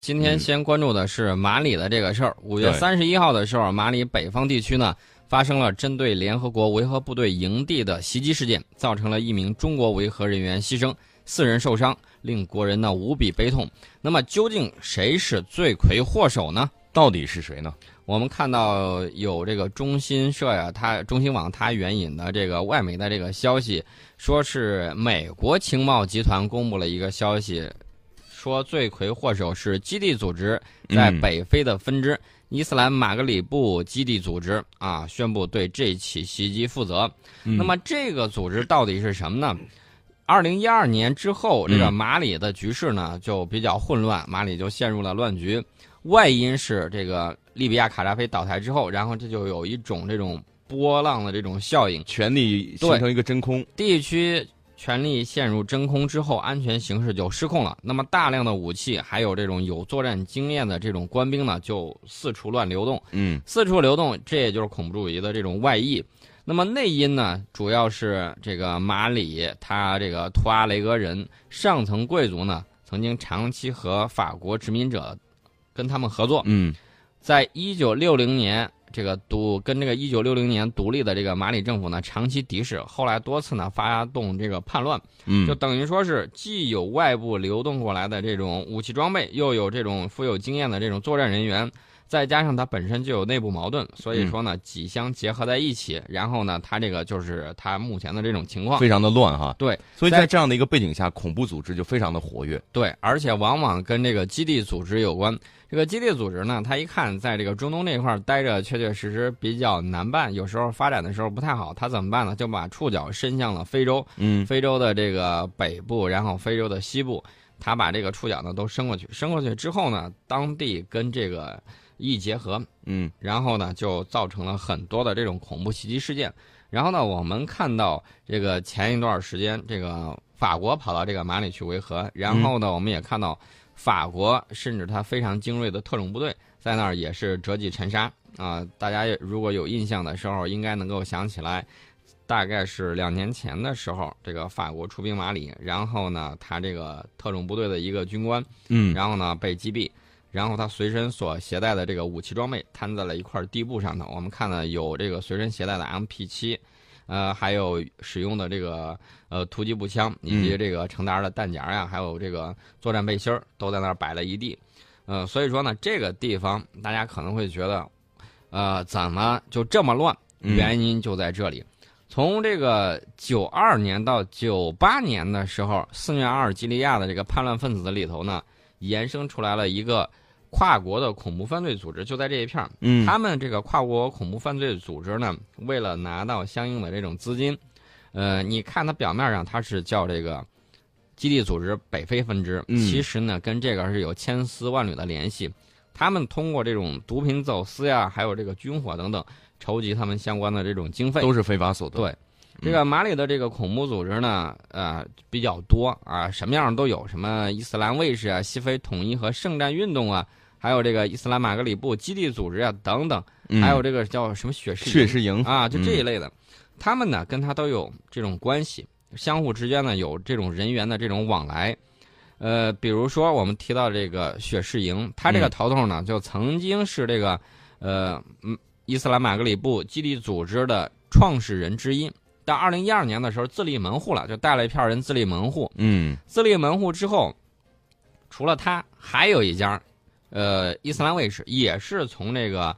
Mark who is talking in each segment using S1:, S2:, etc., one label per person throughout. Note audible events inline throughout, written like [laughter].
S1: 今天先关注的是马里的这个事儿。五月三十一号的时候，马里北方地区呢发生了针对联合国维和部队营地的袭击事件，造成了一名中国维和人员牺牲，四人受伤，令国人呢无比悲痛。那么，究竟谁是罪魁祸首呢？
S2: 到底是谁呢？
S1: 我们看到有这个中新社呀，它中新网它援引的这个外媒的这个消息，说是美国情报集团公布了一个消息，说罪魁祸首是基地组织在
S2: 嗯
S1: 北非的分支、伊斯兰马格里布基地组织啊，宣布对这起袭击负责。那么这个组织到底是什么呢？二零一二年之后，这个
S2: 嗯
S1: 马里的局势呢就比较混乱，马里就陷入了乱局。外因是这个利比亚卡扎菲倒台之后，然后这就有一种这种波浪的这种效应，
S2: 权力
S1: 对
S2: 形成一个真空，
S1: 地区权力陷入真空之后，安全形势就失控了。那么大量的武器，还有这种有作战经验的这种官兵呢，就四处乱流动。
S2: 嗯
S1: 四处流动，这也就是恐怖主义的这种外溢。那么内因呢，主要是这个马里，他这个图阿雷格人上层贵族呢，曾经长期和法国殖民者跟他们合作，
S2: 嗯
S1: 在一九六零年这个独跟这个一九六零年独立的这个马里政府呢，长期敌视，后来多次呢发动这个叛乱，
S2: 嗯，
S1: 就等于说是既有外部流动过来的这种武器装备，又有这种富有经验的这种作战人员，再加上它本身就有内部矛盾，所以说呢，几相结合在一起，然后呢，它这个就是它目前的这种情况。
S2: 非常的乱哈。
S1: 对，
S2: 所以
S1: 在
S2: 在这样的一个背景下，恐怖组织就非常的活跃。
S1: 对，而且往往跟这个基地组织有关。这个基地组织呢，它一看在这个中东这块儿待着，确确实实比较难办，有时候发展的时候不太好，它怎么办呢？就把触角伸向了非洲。
S2: 嗯
S1: 非洲的这个北部，然后非洲的西部，他把这个触角呢都伸过去，伸过去之后呢，当地跟这个一结合，
S2: 嗯
S1: 然后呢就造成了很多的这种恐怖袭击事件。然后呢，我们看到这个前一段时间，这个法国跑到这个马里去维和，然后呢，我们也看到法国甚至他非常精锐的特种部队在那儿也是折戟沉沙啊、大家也如果有印象的时候，应该能够想起来。大概是两年前的时候，这个法国出兵马里，然后呢，他这个特种部队的一个军官
S2: 嗯，
S1: 然后呢被击毙，然后他随身所携带的这个武器装备摊在了一块地布上头。我们看呢有这个随身携带的 MP 七，呃，还有使用的这个呃突击步枪，以及这个成沓的弹夹呀、还有这个作战背心儿都在那儿摆了一地。呃，所以说呢，这个地方大家可能会觉得，呃，怎么就这么乱？
S2: 嗯
S1: 原因就在这里。从这个九二年到九八年的时候，肆虐阿尔及利亚的这个叛乱分子里头呢，延伸出来了一个跨国的恐怖犯罪组织，就在这一片儿。
S2: 嗯
S1: 他们这个跨国恐怖犯罪组织呢，为了拿到相应的这种资金，呃，你看它表面上它是叫这个基地组织北非分支，
S2: 嗯
S1: 其实呢跟这个是有千丝万缕的联系。他们通过这种毒品走私呀，还有这个军火等等，筹集他们相关的这种经费。
S2: 都是嗯非法所得。
S1: 对这个马里的这个恐怖组织呢，呃，比较多啊，什么样都有，什么伊斯兰卫士啊、西非统一和圣战运动啊，还有这个伊斯兰马格里布基地组织啊等等，
S2: 嗯，
S1: 还有这个叫什么血誓
S2: 血
S1: 营
S2: 誓营，
S1: 啊，就这一类的，他们呢跟他都有这种关系，相互之间呢有这种人员的这种往来。呃，比如说我们提到这个血誓营，他这个
S2: 嗯
S1: 头头呢就曾经是这个呃嗯伊斯兰马格里布基地组织的创始人之一。到二零一二年的时候自立门户了，就带了一票人自立门户。
S2: 嗯
S1: 自立门户之后，除了他，还有一家，呃，伊斯兰卫士也是从这个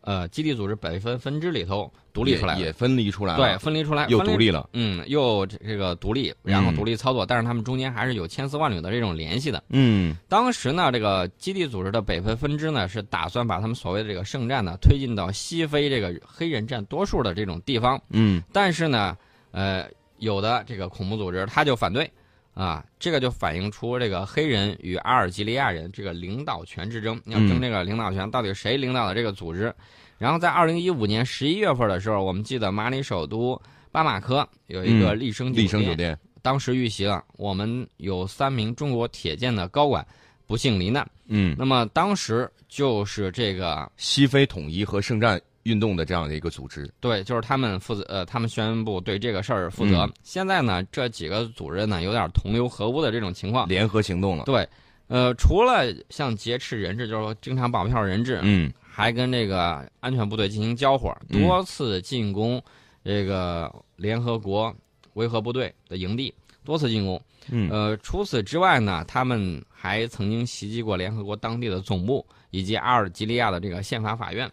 S1: 呃基地组织北分分支里头独立出来的
S2: 也也分离出来
S1: 对，
S2: 了，
S1: 分离出来，
S2: 又
S1: 分
S2: 独。立了。
S1: 嗯，又这这个独立，然后
S2: 嗯
S1: 独立操作，但是他们中间还是有千丝万缕的这种联系的。
S2: 嗯
S1: 当时呢，这个基地组织的北非分支呢，是打算把他们所谓的这个圣战呢，推进到西非这个黑人占多数的这种地方。
S2: 嗯
S1: 但是呢，呃，有的这个恐怖组织他就反对，啊，这个就反映出这个黑人与阿尔及利亚人这个领导权之争，
S2: 嗯
S1: 要争这个领导权，到底谁领导的这个组织？然后在二零一五年十一月份的时候，我们记得马里首都巴马科有一个
S2: 嗯
S1: 丽笙
S2: 丽笙酒店，
S1: 当时遇袭了，我们有三名中国铁剑的高管不幸罹难。
S2: 嗯，
S1: 那么当时就是这个
S2: 西非统一和圣战运动的这样的一个组织。
S1: 对，就是他们负责，呃，他们宣布对这个事儿负责。
S2: 嗯
S1: 现在呢，这几个组织呢有点同流合污的这种情况。
S2: 联合行动了。
S1: 啊对，呃，除了像劫持人质，就是说经常保票人质，
S2: 嗯
S1: 还跟这个安全部队进行交火，
S2: 嗯
S1: 多次进攻这个联合国维和部队的营地，多次进攻。
S2: 嗯
S1: 呃，除此之外呢，他们还曾经袭击过联合国当地的总部以及阿尔及利亚的这个宪法法院，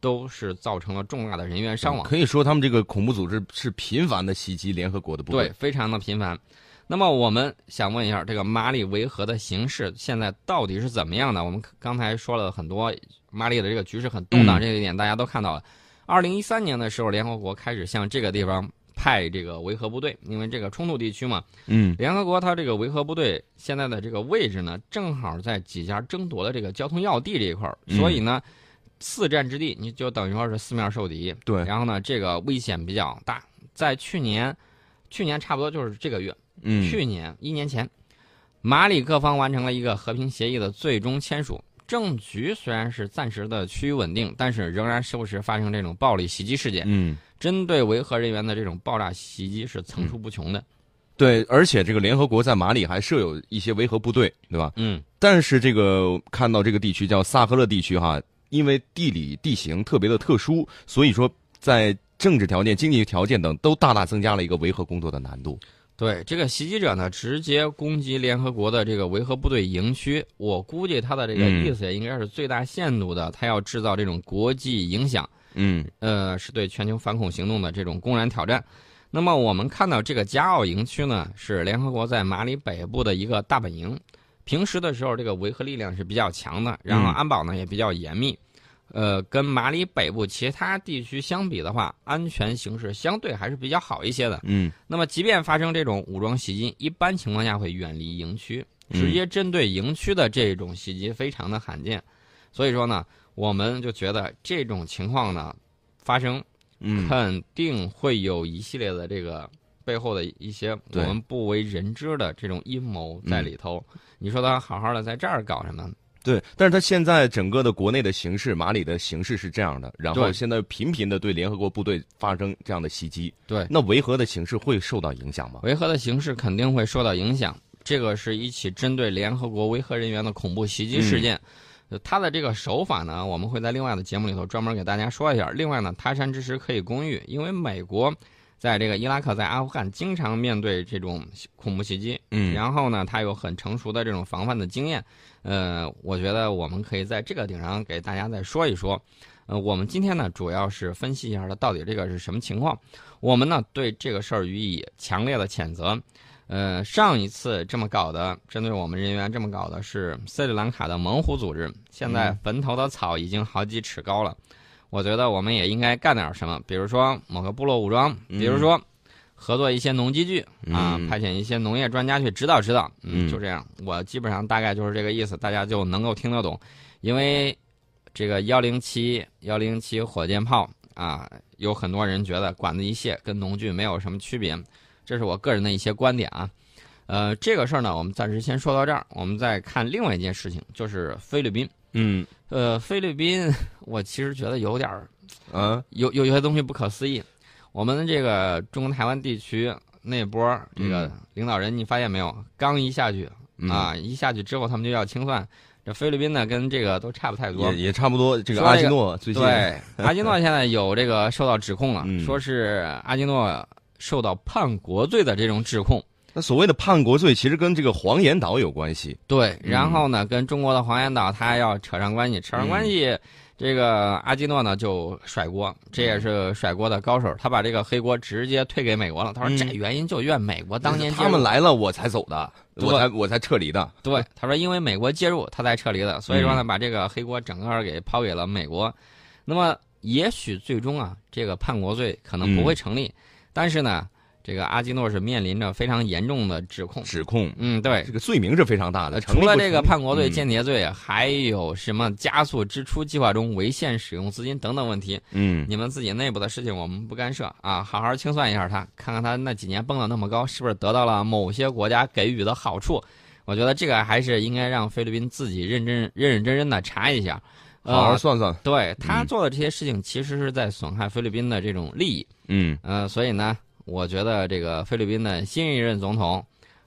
S1: 都是造成了重大的人员伤亡。
S2: 可以说他们这个恐怖组织是频繁的袭击联合国的部
S1: 对
S2: 队。，
S1: 非常的频繁。那么我们想问一下，这个马里维和的形势现在到底是怎么样呢？我们刚才说了很多，马里的这个局势很动荡，
S2: 嗯
S1: 这一点大家都看到了。二零一三年的时候，联合国开始向这个地方派这个维和部队，因为这个冲突地区嘛，
S2: 嗯
S1: 联合国它这个维和部队现在的这个位置呢，正好在几家争夺的这个交通要地这一块儿，
S2: 嗯
S1: 所以呢，四战之地你就等于说是四面受敌。
S2: 对
S1: 然后呢，这个危险比较大。在去年，去年差不多就是这个月，
S2: 嗯，
S1: 去年一年前，马里各方完成了一个和平协议的最终签署。政局虽然是暂时的趋于稳定，但是仍然时不时发生这种暴力袭击事件，
S2: 嗯。
S1: 针对维和人员的这种爆炸袭击是层出不穷的。
S2: 对，而且这个联合国在马里还设有一些维和部队，对吧？
S1: 嗯，
S2: 但是这个看到这个地区叫萨赫勒地区哈，因为地理地形特别的特殊，所以说在政治条件、经济条件等都大大增加了一个维和工作的难度。
S1: 对，这个袭击者呢，直接攻击联合国的这个维和部队营区。我估计他的这个
S2: 嗯
S1: 意思也应该是最大限度的，他要制造这种国际影响，
S2: 嗯
S1: 呃，是对全球反恐行动的这种公然挑战。那么我们看到这个加奥营区呢，是联合国在马里北部的一个大本营。平时的时候，这个维和力量是比较强的，然后
S2: 嗯
S1: 安保呢也比较严密。呃，跟马里北部其他地区相比的话，安全形势相对还是比较好一些的。
S2: 嗯
S1: 那么，即便发生这种武装袭击，一般情况下会远离营区，
S2: 嗯
S1: 直接针对营区的这种袭击非常的罕见。所以说呢，我们就觉得这种情况呢发生，
S2: 嗯，
S1: 肯定会有一系列的这个背后的一些我
S2: 对嗯
S1: 们不为人知的这种阴谋在里头。你说他好好的在这儿搞什么？
S2: 对。但是他现在整个的国内的形势，马里的形势是这样的，然后
S1: 对
S2: 现在频频的对联合国部队发生这样的袭击，
S1: 对，
S2: 那维和的形势会受到影响吗？
S1: 维和的形势肯定会受到影响。这个是一起针对联合国维和人员的恐怖袭击事件。呃它的这个手法呢，我们会在另外的节目里头专门给大家说一下。另外呢，他山之石可以攻玉，因为美国在这个伊拉克、在阿富汗经常面对这种恐怖袭击，
S2: 嗯
S1: 然后呢，他有很成熟的这种防范的经验。呃，我觉得我们可以在这个顶上给大家再说一说。呃，我们今天呢，主要是分析一下它到底这个是什么情况。我们呢对这个事儿予以强烈的谴责。呃，上一次这么搞的，针对我们人员这么搞的是斯里兰卡的猛虎组织，现在坟头的草已经好几尺高了。我觉得我们也应该干点什么，比如说某个部落武装，比如说合作一些农机具啊，
S2: 嗯
S1: 派遣一些农业专家去指导指导。
S2: 嗯
S1: 就这样，我基本上大概就是这个意思，大家就能够听得懂。因为这个幺零七幺零七火箭炮啊，有很多人觉得管子一卸跟农具没有什么区别，这是我个人的一些观点啊。呃，这个事儿呢，我们暂时先说到这儿，我们再看另外一件事情，就是菲律宾。
S2: 嗯
S1: 呃，菲律宾， [laughs] 我其实觉得有点儿
S2: 啊
S1: 有有有些东西不可思议。我们这个中国台湾地区那波儿这个领导人，你发现没有？刚一下去
S2: 嗯
S1: 啊，一下去之后他们就要清算。这菲律宾呢，跟这个都差不太多。
S2: 也也差不多。这个
S1: 说
S2: 阿
S1: 这
S2: 基
S1: 个
S2: 诺最近
S1: 对，阿基诺现在有这个受到指控了，
S2: 嗯
S1: 说是阿基诺受到叛国罪的这种指控。
S2: 那所谓的叛国罪，其实跟这个黄岩岛有关系。
S1: 对，
S2: 嗯
S1: 然后呢，跟中国的黄岩岛他要扯上关系，扯上关
S2: 嗯
S1: 系，这个阿基诺呢就甩锅，这
S2: 嗯
S1: 也是甩锅的高手，他把这个黑锅直接推给美国了。他说、
S2: 嗯
S1: 这原因就怨美国当年介入
S2: 他们来了，我才走的，
S1: 对
S2: 我才我才撤离的。
S1: 对，他说因为美国介入，他才撤离的，所以说
S2: 嗯
S1: 呢，把这个黑锅整个儿给抛给了美国。那么也许最终啊，这个叛国罪可能不
S2: 嗯
S1: 会成立，但是呢，这个阿基诺是面临着非常严重的指控。
S2: 指控
S1: 嗯，对呃
S2: 这。个罪名是非常大的，成
S1: 除
S2: 立
S1: 了
S2: 不
S1: 这个
S2: 成立
S1: 叛国罪、
S2: 嗯
S1: 间谍罪，还有什么加速支出计划中违宪使用资金等等问题，
S2: 嗯，
S1: 你们自己内部的事情我们不干涉啊，好好清算一下他，看看他那几年蹦的那么高，是不是得到了某些国家给予的好处？我觉得这个还是应该让菲律宾自己认真、认认真真的查一下。呃、
S2: 好嗯好算算。
S1: 对他做的这些事情，其实是在损害菲律宾的这种利益。
S2: 嗯，
S1: 呃，所以呢，我觉得这个菲律宾的新一任总统，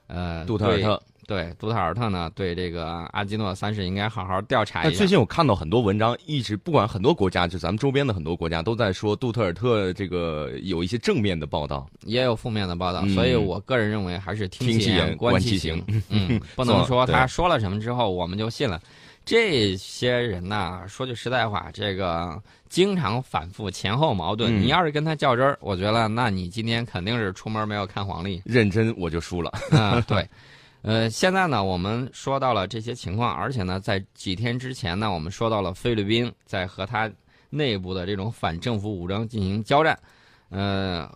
S1: 呃，
S2: 杜特尔
S1: 对
S2: 特，
S1: 对，杜特尔特呢对这个阿基诺三世应该好好调查
S2: 但
S1: 一下
S2: 最。近我看到很多文章，一直不管很多国家，就咱们周边的很多国家都在说杜特尔特这个有一些正面的报道，
S1: 也有负面的报道，
S2: 嗯
S1: 所以我个人认为还是听
S2: 听其
S1: 言
S2: 言
S1: 观
S2: 观其
S1: 行。嗯，
S2: [laughs]
S1: 不能说他说了什么之后我们就信了。这些人呐，说句实在话，这个经常反复前后矛盾。
S2: 嗯
S1: 你要是跟他较真儿，我觉得那你今天肯定是出门没有看黄历。
S2: 认真我就输了。
S1: 啊，对。呃，现在呢，我们说到了这些情况，而且呢，在几天之前呢，我们说到了菲律宾在和他内部的这种反政府武装进行交战，呃，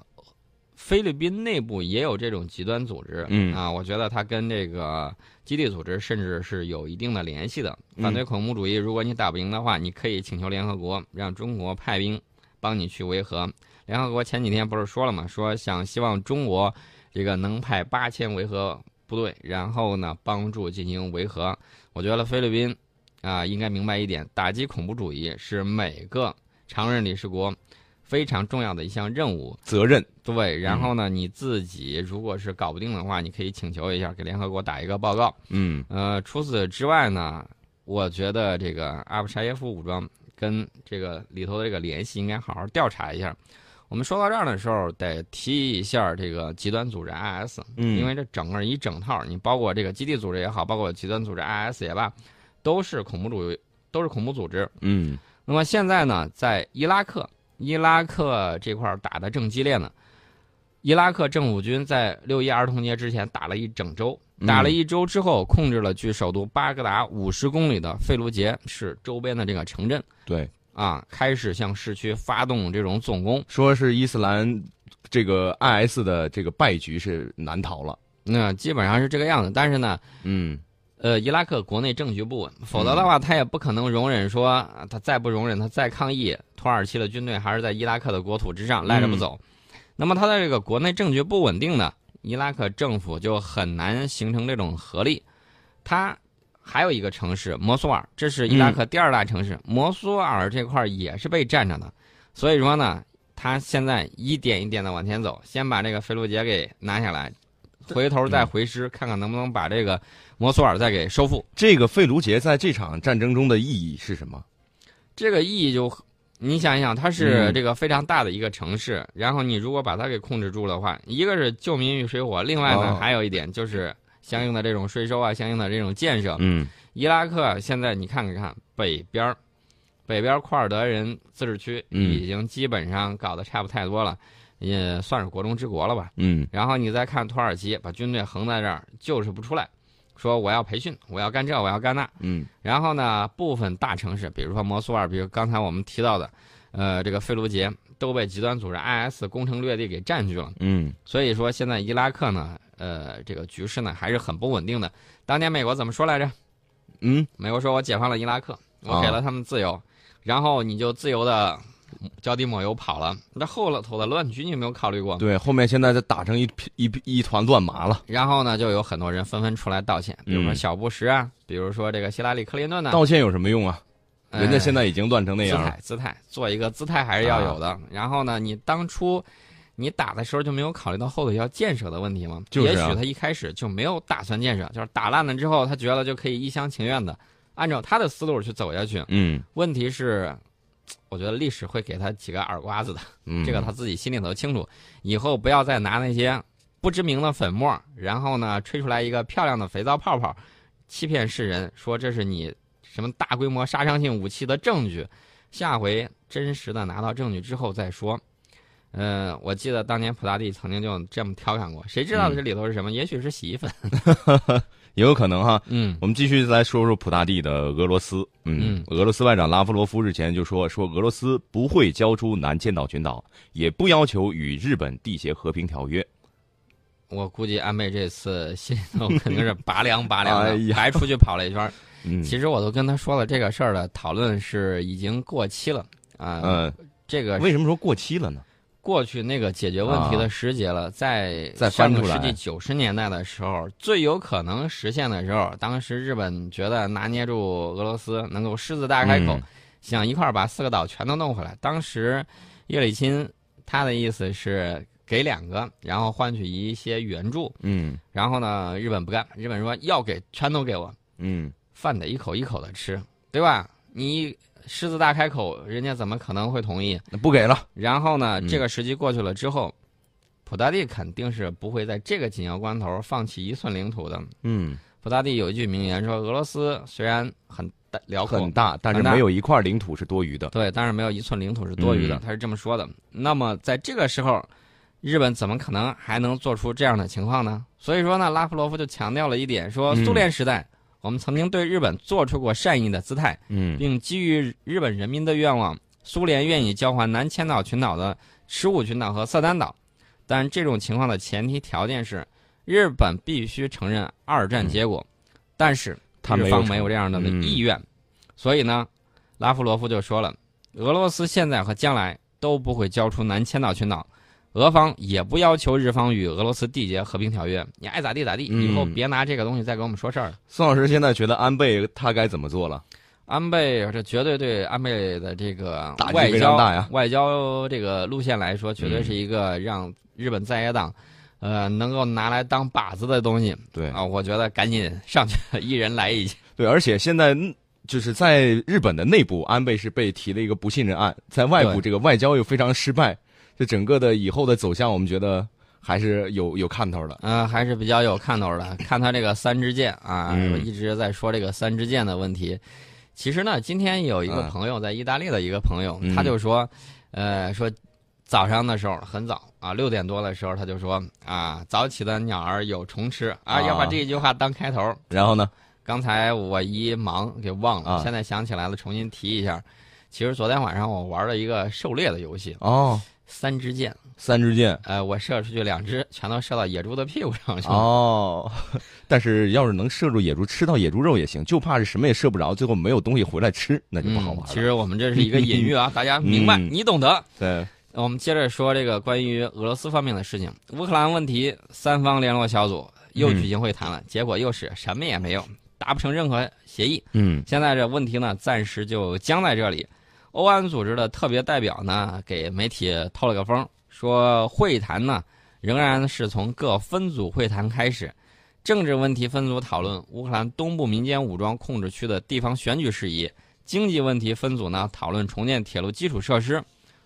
S1: 菲律宾内部也有这种极端组织，
S2: 嗯
S1: 啊，我觉得它跟这个基地组织甚至是有一定的联系的。
S2: 嗯
S1: 反对恐怖主义，如果你打不赢的话，你可以请求联合国让中国派兵帮你去维和。联合国前几天不是说了嘛，说想希望中国这个能派八千维和部队，然后呢帮助进行维和。我觉得菲律宾啊、应该明白一点，打击恐怖主义是每个常任理事国非常重要的一项任务。
S2: 责任，
S1: 对，然后呢，你自己如果是搞不定的话，你可以请求一下，给联合国打一个报告。
S2: 嗯
S1: 呃，除此之外呢，我觉得这个阿布查耶夫武装跟这个里头的这个联系应该好好调查一下。我们说到这儿的时候，得提一下这个极端组织 IS，
S2: 嗯，
S1: 因为这整个一整套，你包括这个基地组织也好，包括极端组织 IS 也罢，都是恐怖主义，都是恐怖组织。
S2: 嗯
S1: 那么现在呢，在伊拉克，伊拉克这块儿打得正激烈呢。伊拉克政府军在六一儿童节之前打了一整周，
S2: 嗯
S1: 打了一周之后，控制了距首都巴格达五十公里的费卢杰市周边的这个城镇
S2: 对，
S1: 啊，开始向市区发动这种总攻。
S2: 说是伊斯兰这个 IS 的这个败局是难逃了。
S1: 那基本上是这个样子。但是呢，
S2: 嗯，
S1: 呃，伊拉克国内政局不稳，否则的话，他也不可能容忍说啊他再不容忍，他再抗议，土耳其的军队还是在伊拉克的国土之上赖着不走。那么他的这个国内政局不稳定呢，伊拉克政府就很难形成这种合力。它还有一个城市摩苏尔，这是伊
S2: 嗯
S1: 拉克第二大城市，摩苏尔这块儿也是被占着的，所以说呢，他现在一点一点的往前走，先把这个费卢杰给拿下来，回头再回
S2: 嗯
S1: 师，看看能不能把这个摩苏尔再给收复。
S2: 这个费卢杰在这场战争中的意义是什么？
S1: 这个意义就，你想一想，它是
S2: 嗯
S1: 这个非常大的一个城市，然后你如果把它给控制住的话，一个是救民于水火，另外呢、
S2: 哦
S1: 还有一点就是相应的这种税收啊，相应的这种建设。
S2: 嗯
S1: 伊拉克啊现在你看看北边儿，北边儿库尔德人自治区
S2: 嗯
S1: 已经基本上搞得差不太多了，也算是国中之国了吧。
S2: 嗯
S1: 然后你再看土耳其，把军队横在这儿，就是不出来，说我要培训，我要干这，我要干那。
S2: 嗯
S1: 然后呢，部分大城市，比如说摩苏尔，比如刚才我们提到的，呃，这个费卢杰，都被极端组织 IS 攻城略地给占据了。
S2: 嗯
S1: 所以说，现在伊拉克呢，呃，这个局势呢还是很不稳定的。当年美国怎么说来着？
S2: 嗯，
S1: 美国说我解放了伊拉克，我
S2: 啊
S1: 给了他们自由，然后你就自由的脚底抹油跑了。那后头的乱局你有没有考虑过？
S2: 对，后面现在在打成一匹一匹一团乱麻了，
S1: 然后呢，就有很多人纷纷出来道歉，比如说
S2: 嗯
S1: 小布什啊，比如说这个希拉里·克林顿呐、
S2: 道歉有什么用啊？
S1: 哎
S2: 人家现在已经乱成那
S1: 姿
S2: 样啊了。
S1: 态姿态，做一个姿态还是要有的。然后呢，你当初你打的时候就没有考虑到后头要建设的问题吗？
S2: 就是啊
S1: 也许他一开始就没有打算建设，就是打烂了之后，他觉得就可以一厢情愿的按照他的思路去走下去。
S2: 嗯
S1: 问题是，我觉得历史会给他几个耳刮子的，
S2: 嗯，
S1: 这个他自己心里头清楚。以后不要再拿那些不知名的粉末，然后呢吹出来一个漂亮的肥皂泡泡，欺骗世人说这是你什么大规模杀伤性武器的证据。下回真实的拿到证据之后再说。呃，我记得当年普大帝曾经就这么调侃过，谁知道
S2: 嗯
S1: 这里头是什么？也许是洗衣粉。
S2: 也有可能哈。
S1: 嗯
S2: 我们继续来说说普大帝的俄罗斯。嗯，
S1: 嗯
S2: 俄罗斯外长拉夫罗夫日前就说，说俄罗斯不会交出南千岛群岛，也不要求与日本缔结和平条约。
S1: 我估计安倍这次心里头肯定是拔凉拔凉
S2: 哎
S1: 的，
S2: 呀
S1: 还出去跑了一圈儿。
S2: 嗯
S1: 其实我都跟他说了这个事儿了，讨论是已经过期了啊。
S2: 呃，
S1: 这个
S2: 为什么说过期了呢？
S1: 过去那个解决问题的时节了，在
S2: 再
S1: 上
S2: 翻
S1: 个
S2: 出
S1: 世
S2: 来
S1: 纪九十年代的时候，最有可能实现的时候，当时日本觉得拿捏住俄罗斯能够狮子大开口，
S2: 嗯
S1: 想一块儿把四个岛全都弄回来。当时叶利钦他的意思是给两个，然后换取一些援助。
S2: 嗯
S1: 然后呢，日本不干，日本说要给全都给我，
S2: 嗯，
S1: 饭得一口一口的吃，对吧？你狮子大开口，人家怎么可能会同意？
S2: 那不给了，
S1: 然后呢，
S2: 嗯
S1: 这个时机过去了之后，普大帝肯定是不会在这个紧要关头放弃一寸领土的。
S2: 嗯，
S1: 普大帝有一句名言说：“俄罗斯虽然很大辽阔
S2: 很，大，但是
S1: 很大
S2: 没有一块领土是多余的。
S1: 对，但是没有一寸领土是多余的。
S2: 嗯
S1: 他是这么说的。那么在这个时候，日本怎么可能还能做出这样的情况呢？所以说呢，拉夫罗夫就强调了一点，说
S2: 嗯
S1: 苏联时代、我们曾经对日本做出过善意的姿态，
S2: 嗯
S1: 并基于日本人民的愿望，苏联愿意交还南千岛群岛的十五群岛和色丹岛，但这种情况的前提条件是日本必须承认二战结果，但是
S2: 嗯他没
S1: 日
S2: 有
S1: 方
S2: 承
S1: 没有这样的
S2: 嗯
S1: 意愿，所以呢，拉夫罗夫就说了，俄罗斯现在和将来都不会交出南千岛群岛。俄方也不要求日方与俄罗斯缔结和平条约，你爱咋地咋地，以后
S2: 嗯
S1: 别拿这个东西再给我们说事儿了。
S2: 宋老师现在觉得安倍他该怎么做了？
S1: 安倍这绝对对安倍的这个
S2: 打击
S1: 外
S2: 非常
S1: 交
S2: 大呀
S1: 外交这个路线来说，绝对
S2: 嗯
S1: 是一个让日本在野党，呃，能够拿来当靶子的东西
S2: 对
S1: 啊！我觉得赶紧上去， [laughs] 一人来一
S2: 对，而且现在嗯就是在日本的内部，安倍是被提了一个不信任案，在外部
S1: 对
S2: 这个外交又非常失败，这整个的以后的走向，我们觉得还是有有看头的。
S1: 嗯，还是比较有看头的。看他这个三支箭啊，
S2: 嗯
S1: 我一直在说这个三支箭的问题。其实呢，今天有一个
S2: 啊
S1: 朋友在意大利的一个朋友，
S2: 嗯
S1: 他就说，呃，说早上的时候很早啊，六点多的时候，他就说啊，早起的鸟儿有虫吃啊，
S2: 啊
S1: 要把这一句话当开头。
S2: 然后呢？
S1: 刚才我一忙给忘了，
S2: 啊
S1: 现在想起来了，重新提一下。其实昨天晚上我玩了一个狩猎的游戏，
S2: 哦，
S1: 三支箭，
S2: 三支箭。
S1: 呃，我射出去两支，全都射到野猪的屁股上去了。
S2: 哦， [laughs] 但是要是能射住野猪，吃到野猪肉也行，就怕是什么也射不着，最后没有东西回来吃，那就不好玩了。
S1: 嗯。其实我们这是一个隐喻
S2: [laughs]
S1: 啊，大家明白，
S2: 嗯
S1: 你懂得。
S2: 对，
S1: 我们接着说这个关于俄罗斯方面的事情。乌克兰问题三方联络小组又
S2: 嗯
S1: 举行会谈了，结果又是什么也没有，达不成任何协议。
S2: 嗯
S1: 现在这问题呢，暂时就僵在这里。欧安组织的特别代表呢，给媒体透了个风，说会谈呢仍然是从各分组会谈开始，政治问题分组讨论乌克兰东部民间武装控制区的地方选举事宜，经济问题分组呢讨论重建铁路基础设施，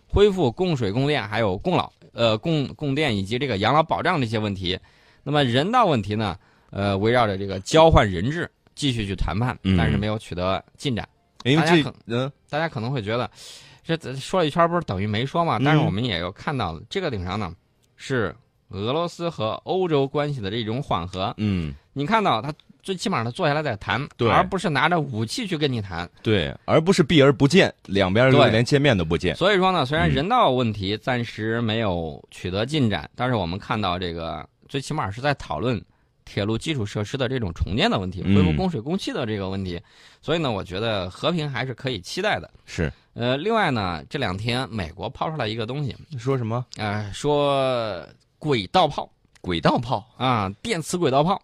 S1: 恢复供水供电，还有供老呃供供电以及这个养老保障这些问题。那么人道问题呢，呃，围绕着这个交换人质继续去谈判，
S2: 嗯
S1: 但是没有取得进展。
S2: 因为
S1: 大家
S2: 这
S1: 可
S2: 嗯
S1: 大家可能会觉得，这这说了一圈不是等于没说嘛？但是
S2: 嗯
S1: 我们也有看到，这个顶上呢是俄罗斯和欧洲关系的这种缓和。
S2: 嗯，
S1: 你看到他最起码他坐下来再谈，
S2: 对
S1: 而不是拿着武器去跟你谈。
S2: 对，而不是避而不见，两边
S1: 对
S2: 连见面都不见。
S1: 所以说呢，虽然
S2: 嗯
S1: 人道问题暂时没有取得进展，但是我们看到这个最起码是在讨论铁路基础设施的这种重建的问题，
S2: 嗯
S1: 恢复供水供气的这个问题。所以呢，我觉得和平还是可以期待的。
S2: 是
S1: 呃，另外呢，这两天美国抛出来一个东西，
S2: 说什么
S1: 呃，说轨道炮
S2: 轨道炮？
S1: 啊，电磁轨道炮。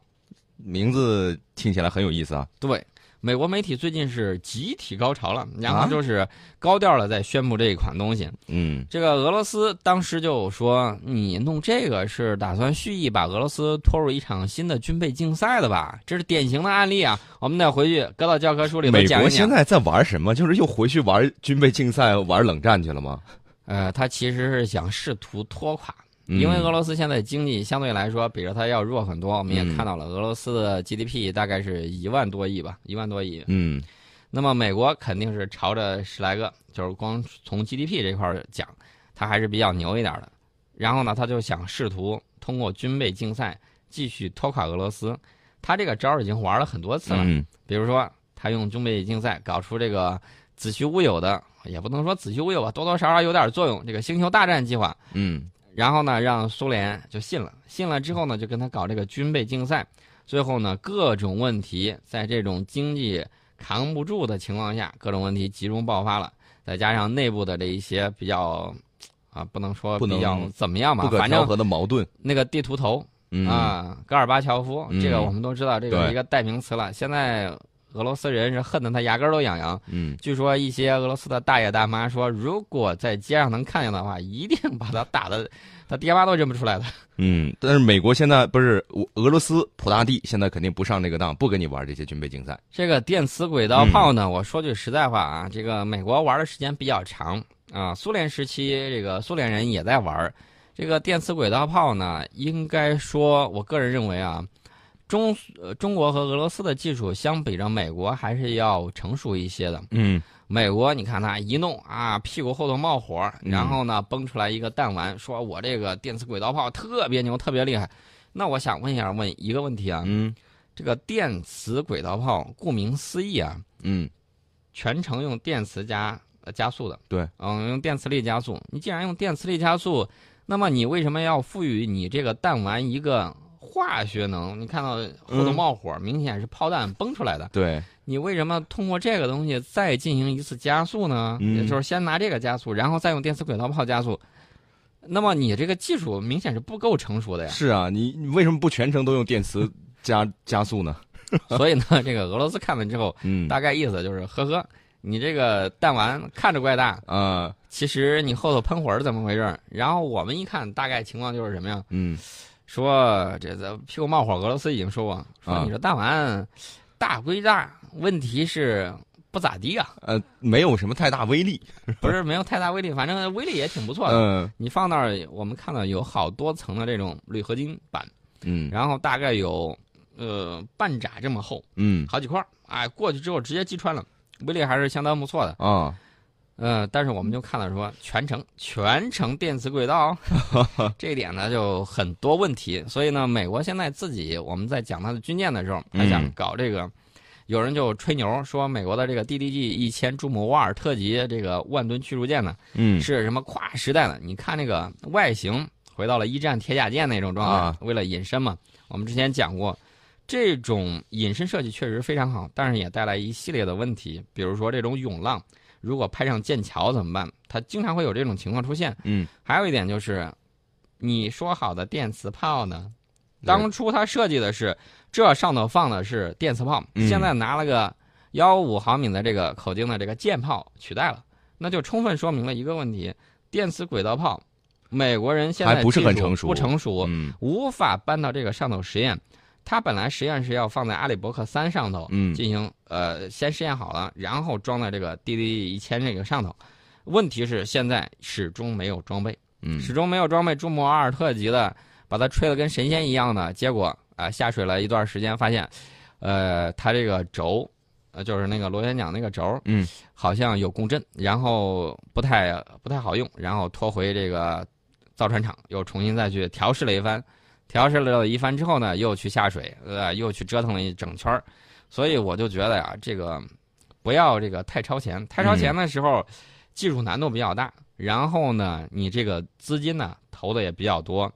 S2: 名字听起来很有意思啊。
S1: 对，美国媒体最近是集体高潮了，然
S2: 啊
S1: 后就是高调了在宣布这一款东西。
S2: 嗯
S1: 这个俄罗斯当时就说：“你弄这个是打算蓄意把俄罗斯拖入一场新的军备竞赛的吧？这是典型的案例啊！我们得回去搁到教科书里头
S2: 美
S1: 讲
S2: 国
S1: 一
S2: 现
S1: 讲。
S2: 在在玩什么？就是又回去玩军备竞赛、玩冷战去了吗？”
S1: 呃，他其实是想试图拖垮，
S2: 嗯
S1: 因为俄罗斯现在经济相对来说比着它要弱很多。我们也
S2: 嗯
S1: 看到了，俄罗斯的 GDP 大概是一万多亿吧，一万多亿。
S2: 嗯
S1: 那么美国肯定是朝着十来个，就是光从 GDP 这块儿讲，它还是比较牛一点儿的。然后呢，他就想试图通过军备竞赛继续拖垮俄罗斯。他这个招儿已经玩了很多次了，
S2: 嗯
S1: 比如说他用军备竞赛搞出这个子虚乌有的，也不能说子虚乌有吧，多多少少有点作用。这个星球大战计划，
S2: 嗯
S1: 然后呢，让苏联就信了，信了之后呢，就跟他搞这个军备竞赛。最后呢，各种问题在这种经济扛不住的情况下，各种问题集中爆发了，再加上内部的这一些比较，啊，不能说
S2: 不能
S1: 比较怎么样吧
S2: 不，可
S1: 反
S2: 调
S1: 正
S2: 和的矛盾。
S1: 那个地图头
S2: 嗯
S1: 啊，戈尔巴乔夫
S2: 嗯
S1: 这个我们都知道，这个
S2: 对
S1: 是一个代名词了。现在俄罗斯人是恨得他牙根儿都痒痒。
S2: 嗯，
S1: 据说一些俄罗斯的大爷大妈说，如果在街上能看见的话，一定把他打的，他爹妈都认不出来的。
S2: 嗯，但是美国现在不是我俄罗斯普大帝现在肯定不上这个当，不跟你玩这些军备竞赛。
S1: 这个电磁轨道炮呢，我说句实在话啊，这个美国玩的时间比较长啊，苏联时期这个苏联人也在玩儿这个电磁轨道炮呢，应该说，我个人认为啊，中呃中国和俄罗斯的技术相比着美国还是要成熟一些的。
S2: 嗯
S1: 美国，你看他一弄啊，屁股后头冒火，
S2: 嗯
S1: 然后呢崩出来一个弹丸，说我这个电磁轨道炮特别牛，特别厉害。那我想问一下，问一个问题啊，
S2: 嗯
S1: 这个电磁轨道炮，顾名思义啊，
S2: 嗯，
S1: 全程用电磁加呃加速的，
S2: 对，
S1: 嗯，用电磁力加速。你既然用电磁力加速，那么你为什么要赋予你这个弹丸一个化学能？你看到后头
S2: 嗯
S1: 冒火，明显是炮弹崩出来的。
S2: 对，
S1: 你为什么通过这个东西再进行一次加速呢？
S2: 嗯
S1: 也就是先拿这个加速，然后再用电磁轨道炮加速。那么你这个技术明显是不够成熟
S2: [laughs]
S1: 的呀，
S2: 是啊，你你为什么不全程都用电磁加加速呢？
S1: 所以呢，这个俄罗斯看了之后，
S2: 嗯
S1: 大概意思就是，呵呵，你这个弹丸看着怪大，
S2: 啊
S1: 其实你后头喷火是怎么回事儿？然后我们一看，大概情况就是什么呀？
S2: 嗯
S1: 说这这屁股冒火，俄罗斯已经说过，说
S2: 啊
S1: 你这弹丸大归大，问题是不咋地啊，
S2: 呃，没有什么太大威力。
S1: 不是没有太大威力，反正威力也挺不错的。
S2: 嗯
S1: 你放那儿，我们看到有好多层的这种铝合金板，
S2: 嗯
S1: 然后大概有呃半拃这么厚，
S2: 嗯
S1: 好几块儿。哎，过去之后直接击穿了，威力还是相当不错的。
S2: 啊，
S1: 呃，但是我们就看到说全程全程电磁轨
S2: [laughs]
S1: 道，这一点呢就很多问题。所以呢，美国现在自己我们在讲它的军舰的时候，还想
S2: 嗯
S1: 搞这个。有人就吹牛说，美国的这个 DDG 一千朱姆沃尔特级这个万吨驱逐舰呢，
S2: 嗯
S1: 是什么跨时代的？你看那个外形回到了一战铁甲舰那种状态，
S2: 啊
S1: 为了隐身嘛。我们之前讲过，这种隐身设计确实非常好，但是也带来一系列的问题，比如说这种涌浪，如果拍上剑桥怎么办？它经常会有这种情况出现。
S2: 嗯，
S1: 还有一点就是，你说好的电磁炮呢？
S2: 对
S1: 当初它设计的是这上头放的是电磁炮，
S2: 嗯
S1: 现在拿了个幺五毫米的这个口径的这个舰炮取代了，那就充分说明了一个问题：电磁轨道炮，美国人现在
S2: 还不是很
S1: 技术
S2: 成熟
S1: 不成熟，
S2: 嗯
S1: 无法搬到这个上头实验。它本来实验是要放在阿里伯克三上头，
S2: 嗯
S1: 进行呃先试验好了，然后装在这个 DD 一千这个上头。问题是现在始终没有装备，
S2: 嗯
S1: 始终没有装备朱姆瓦尔特级的，把它吹得跟神仙一样的，结果啊、下水了一段时间，发现，呃，它这个轴，呃，就是那个螺旋桨那个轴，
S2: 嗯，
S1: 好像有共振，然后不太不太好用，然后拖回这个造船厂，又重新再去调试了一番，调试了一番之后呢，又去下水，呃，又去折腾了一整圈儿所以我就觉得呀、这个不要这个太超前，太超前的时候，技术难度比较大，然后呢，你这个资金呢投的也比较多。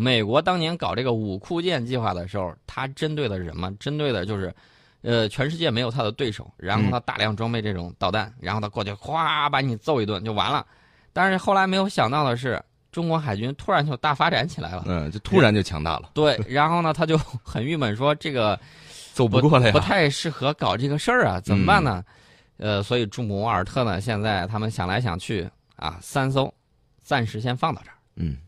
S1: 美国当年搞这个五库舰计划的时候，它针对的是什么？针对的就是，呃，全世界没有它的对手，然后它大量装备这种导弹，然后它过去哗把你揍一顿就完了。但是后来没有想到的是，中国海军突然就大发展起来了。
S2: 嗯，就突然就强大了，
S1: 对，然后呢，他就很郁闷，说这个
S2: 走不过来
S1: 不
S2: 哎呀。
S1: 太适合搞这个事儿啊，怎么办呢？
S2: 嗯
S1: 呃，所以朱姆瓦尔特呢，现在他们想来想去啊，三艘暂时先放到这儿。
S2: 嗯。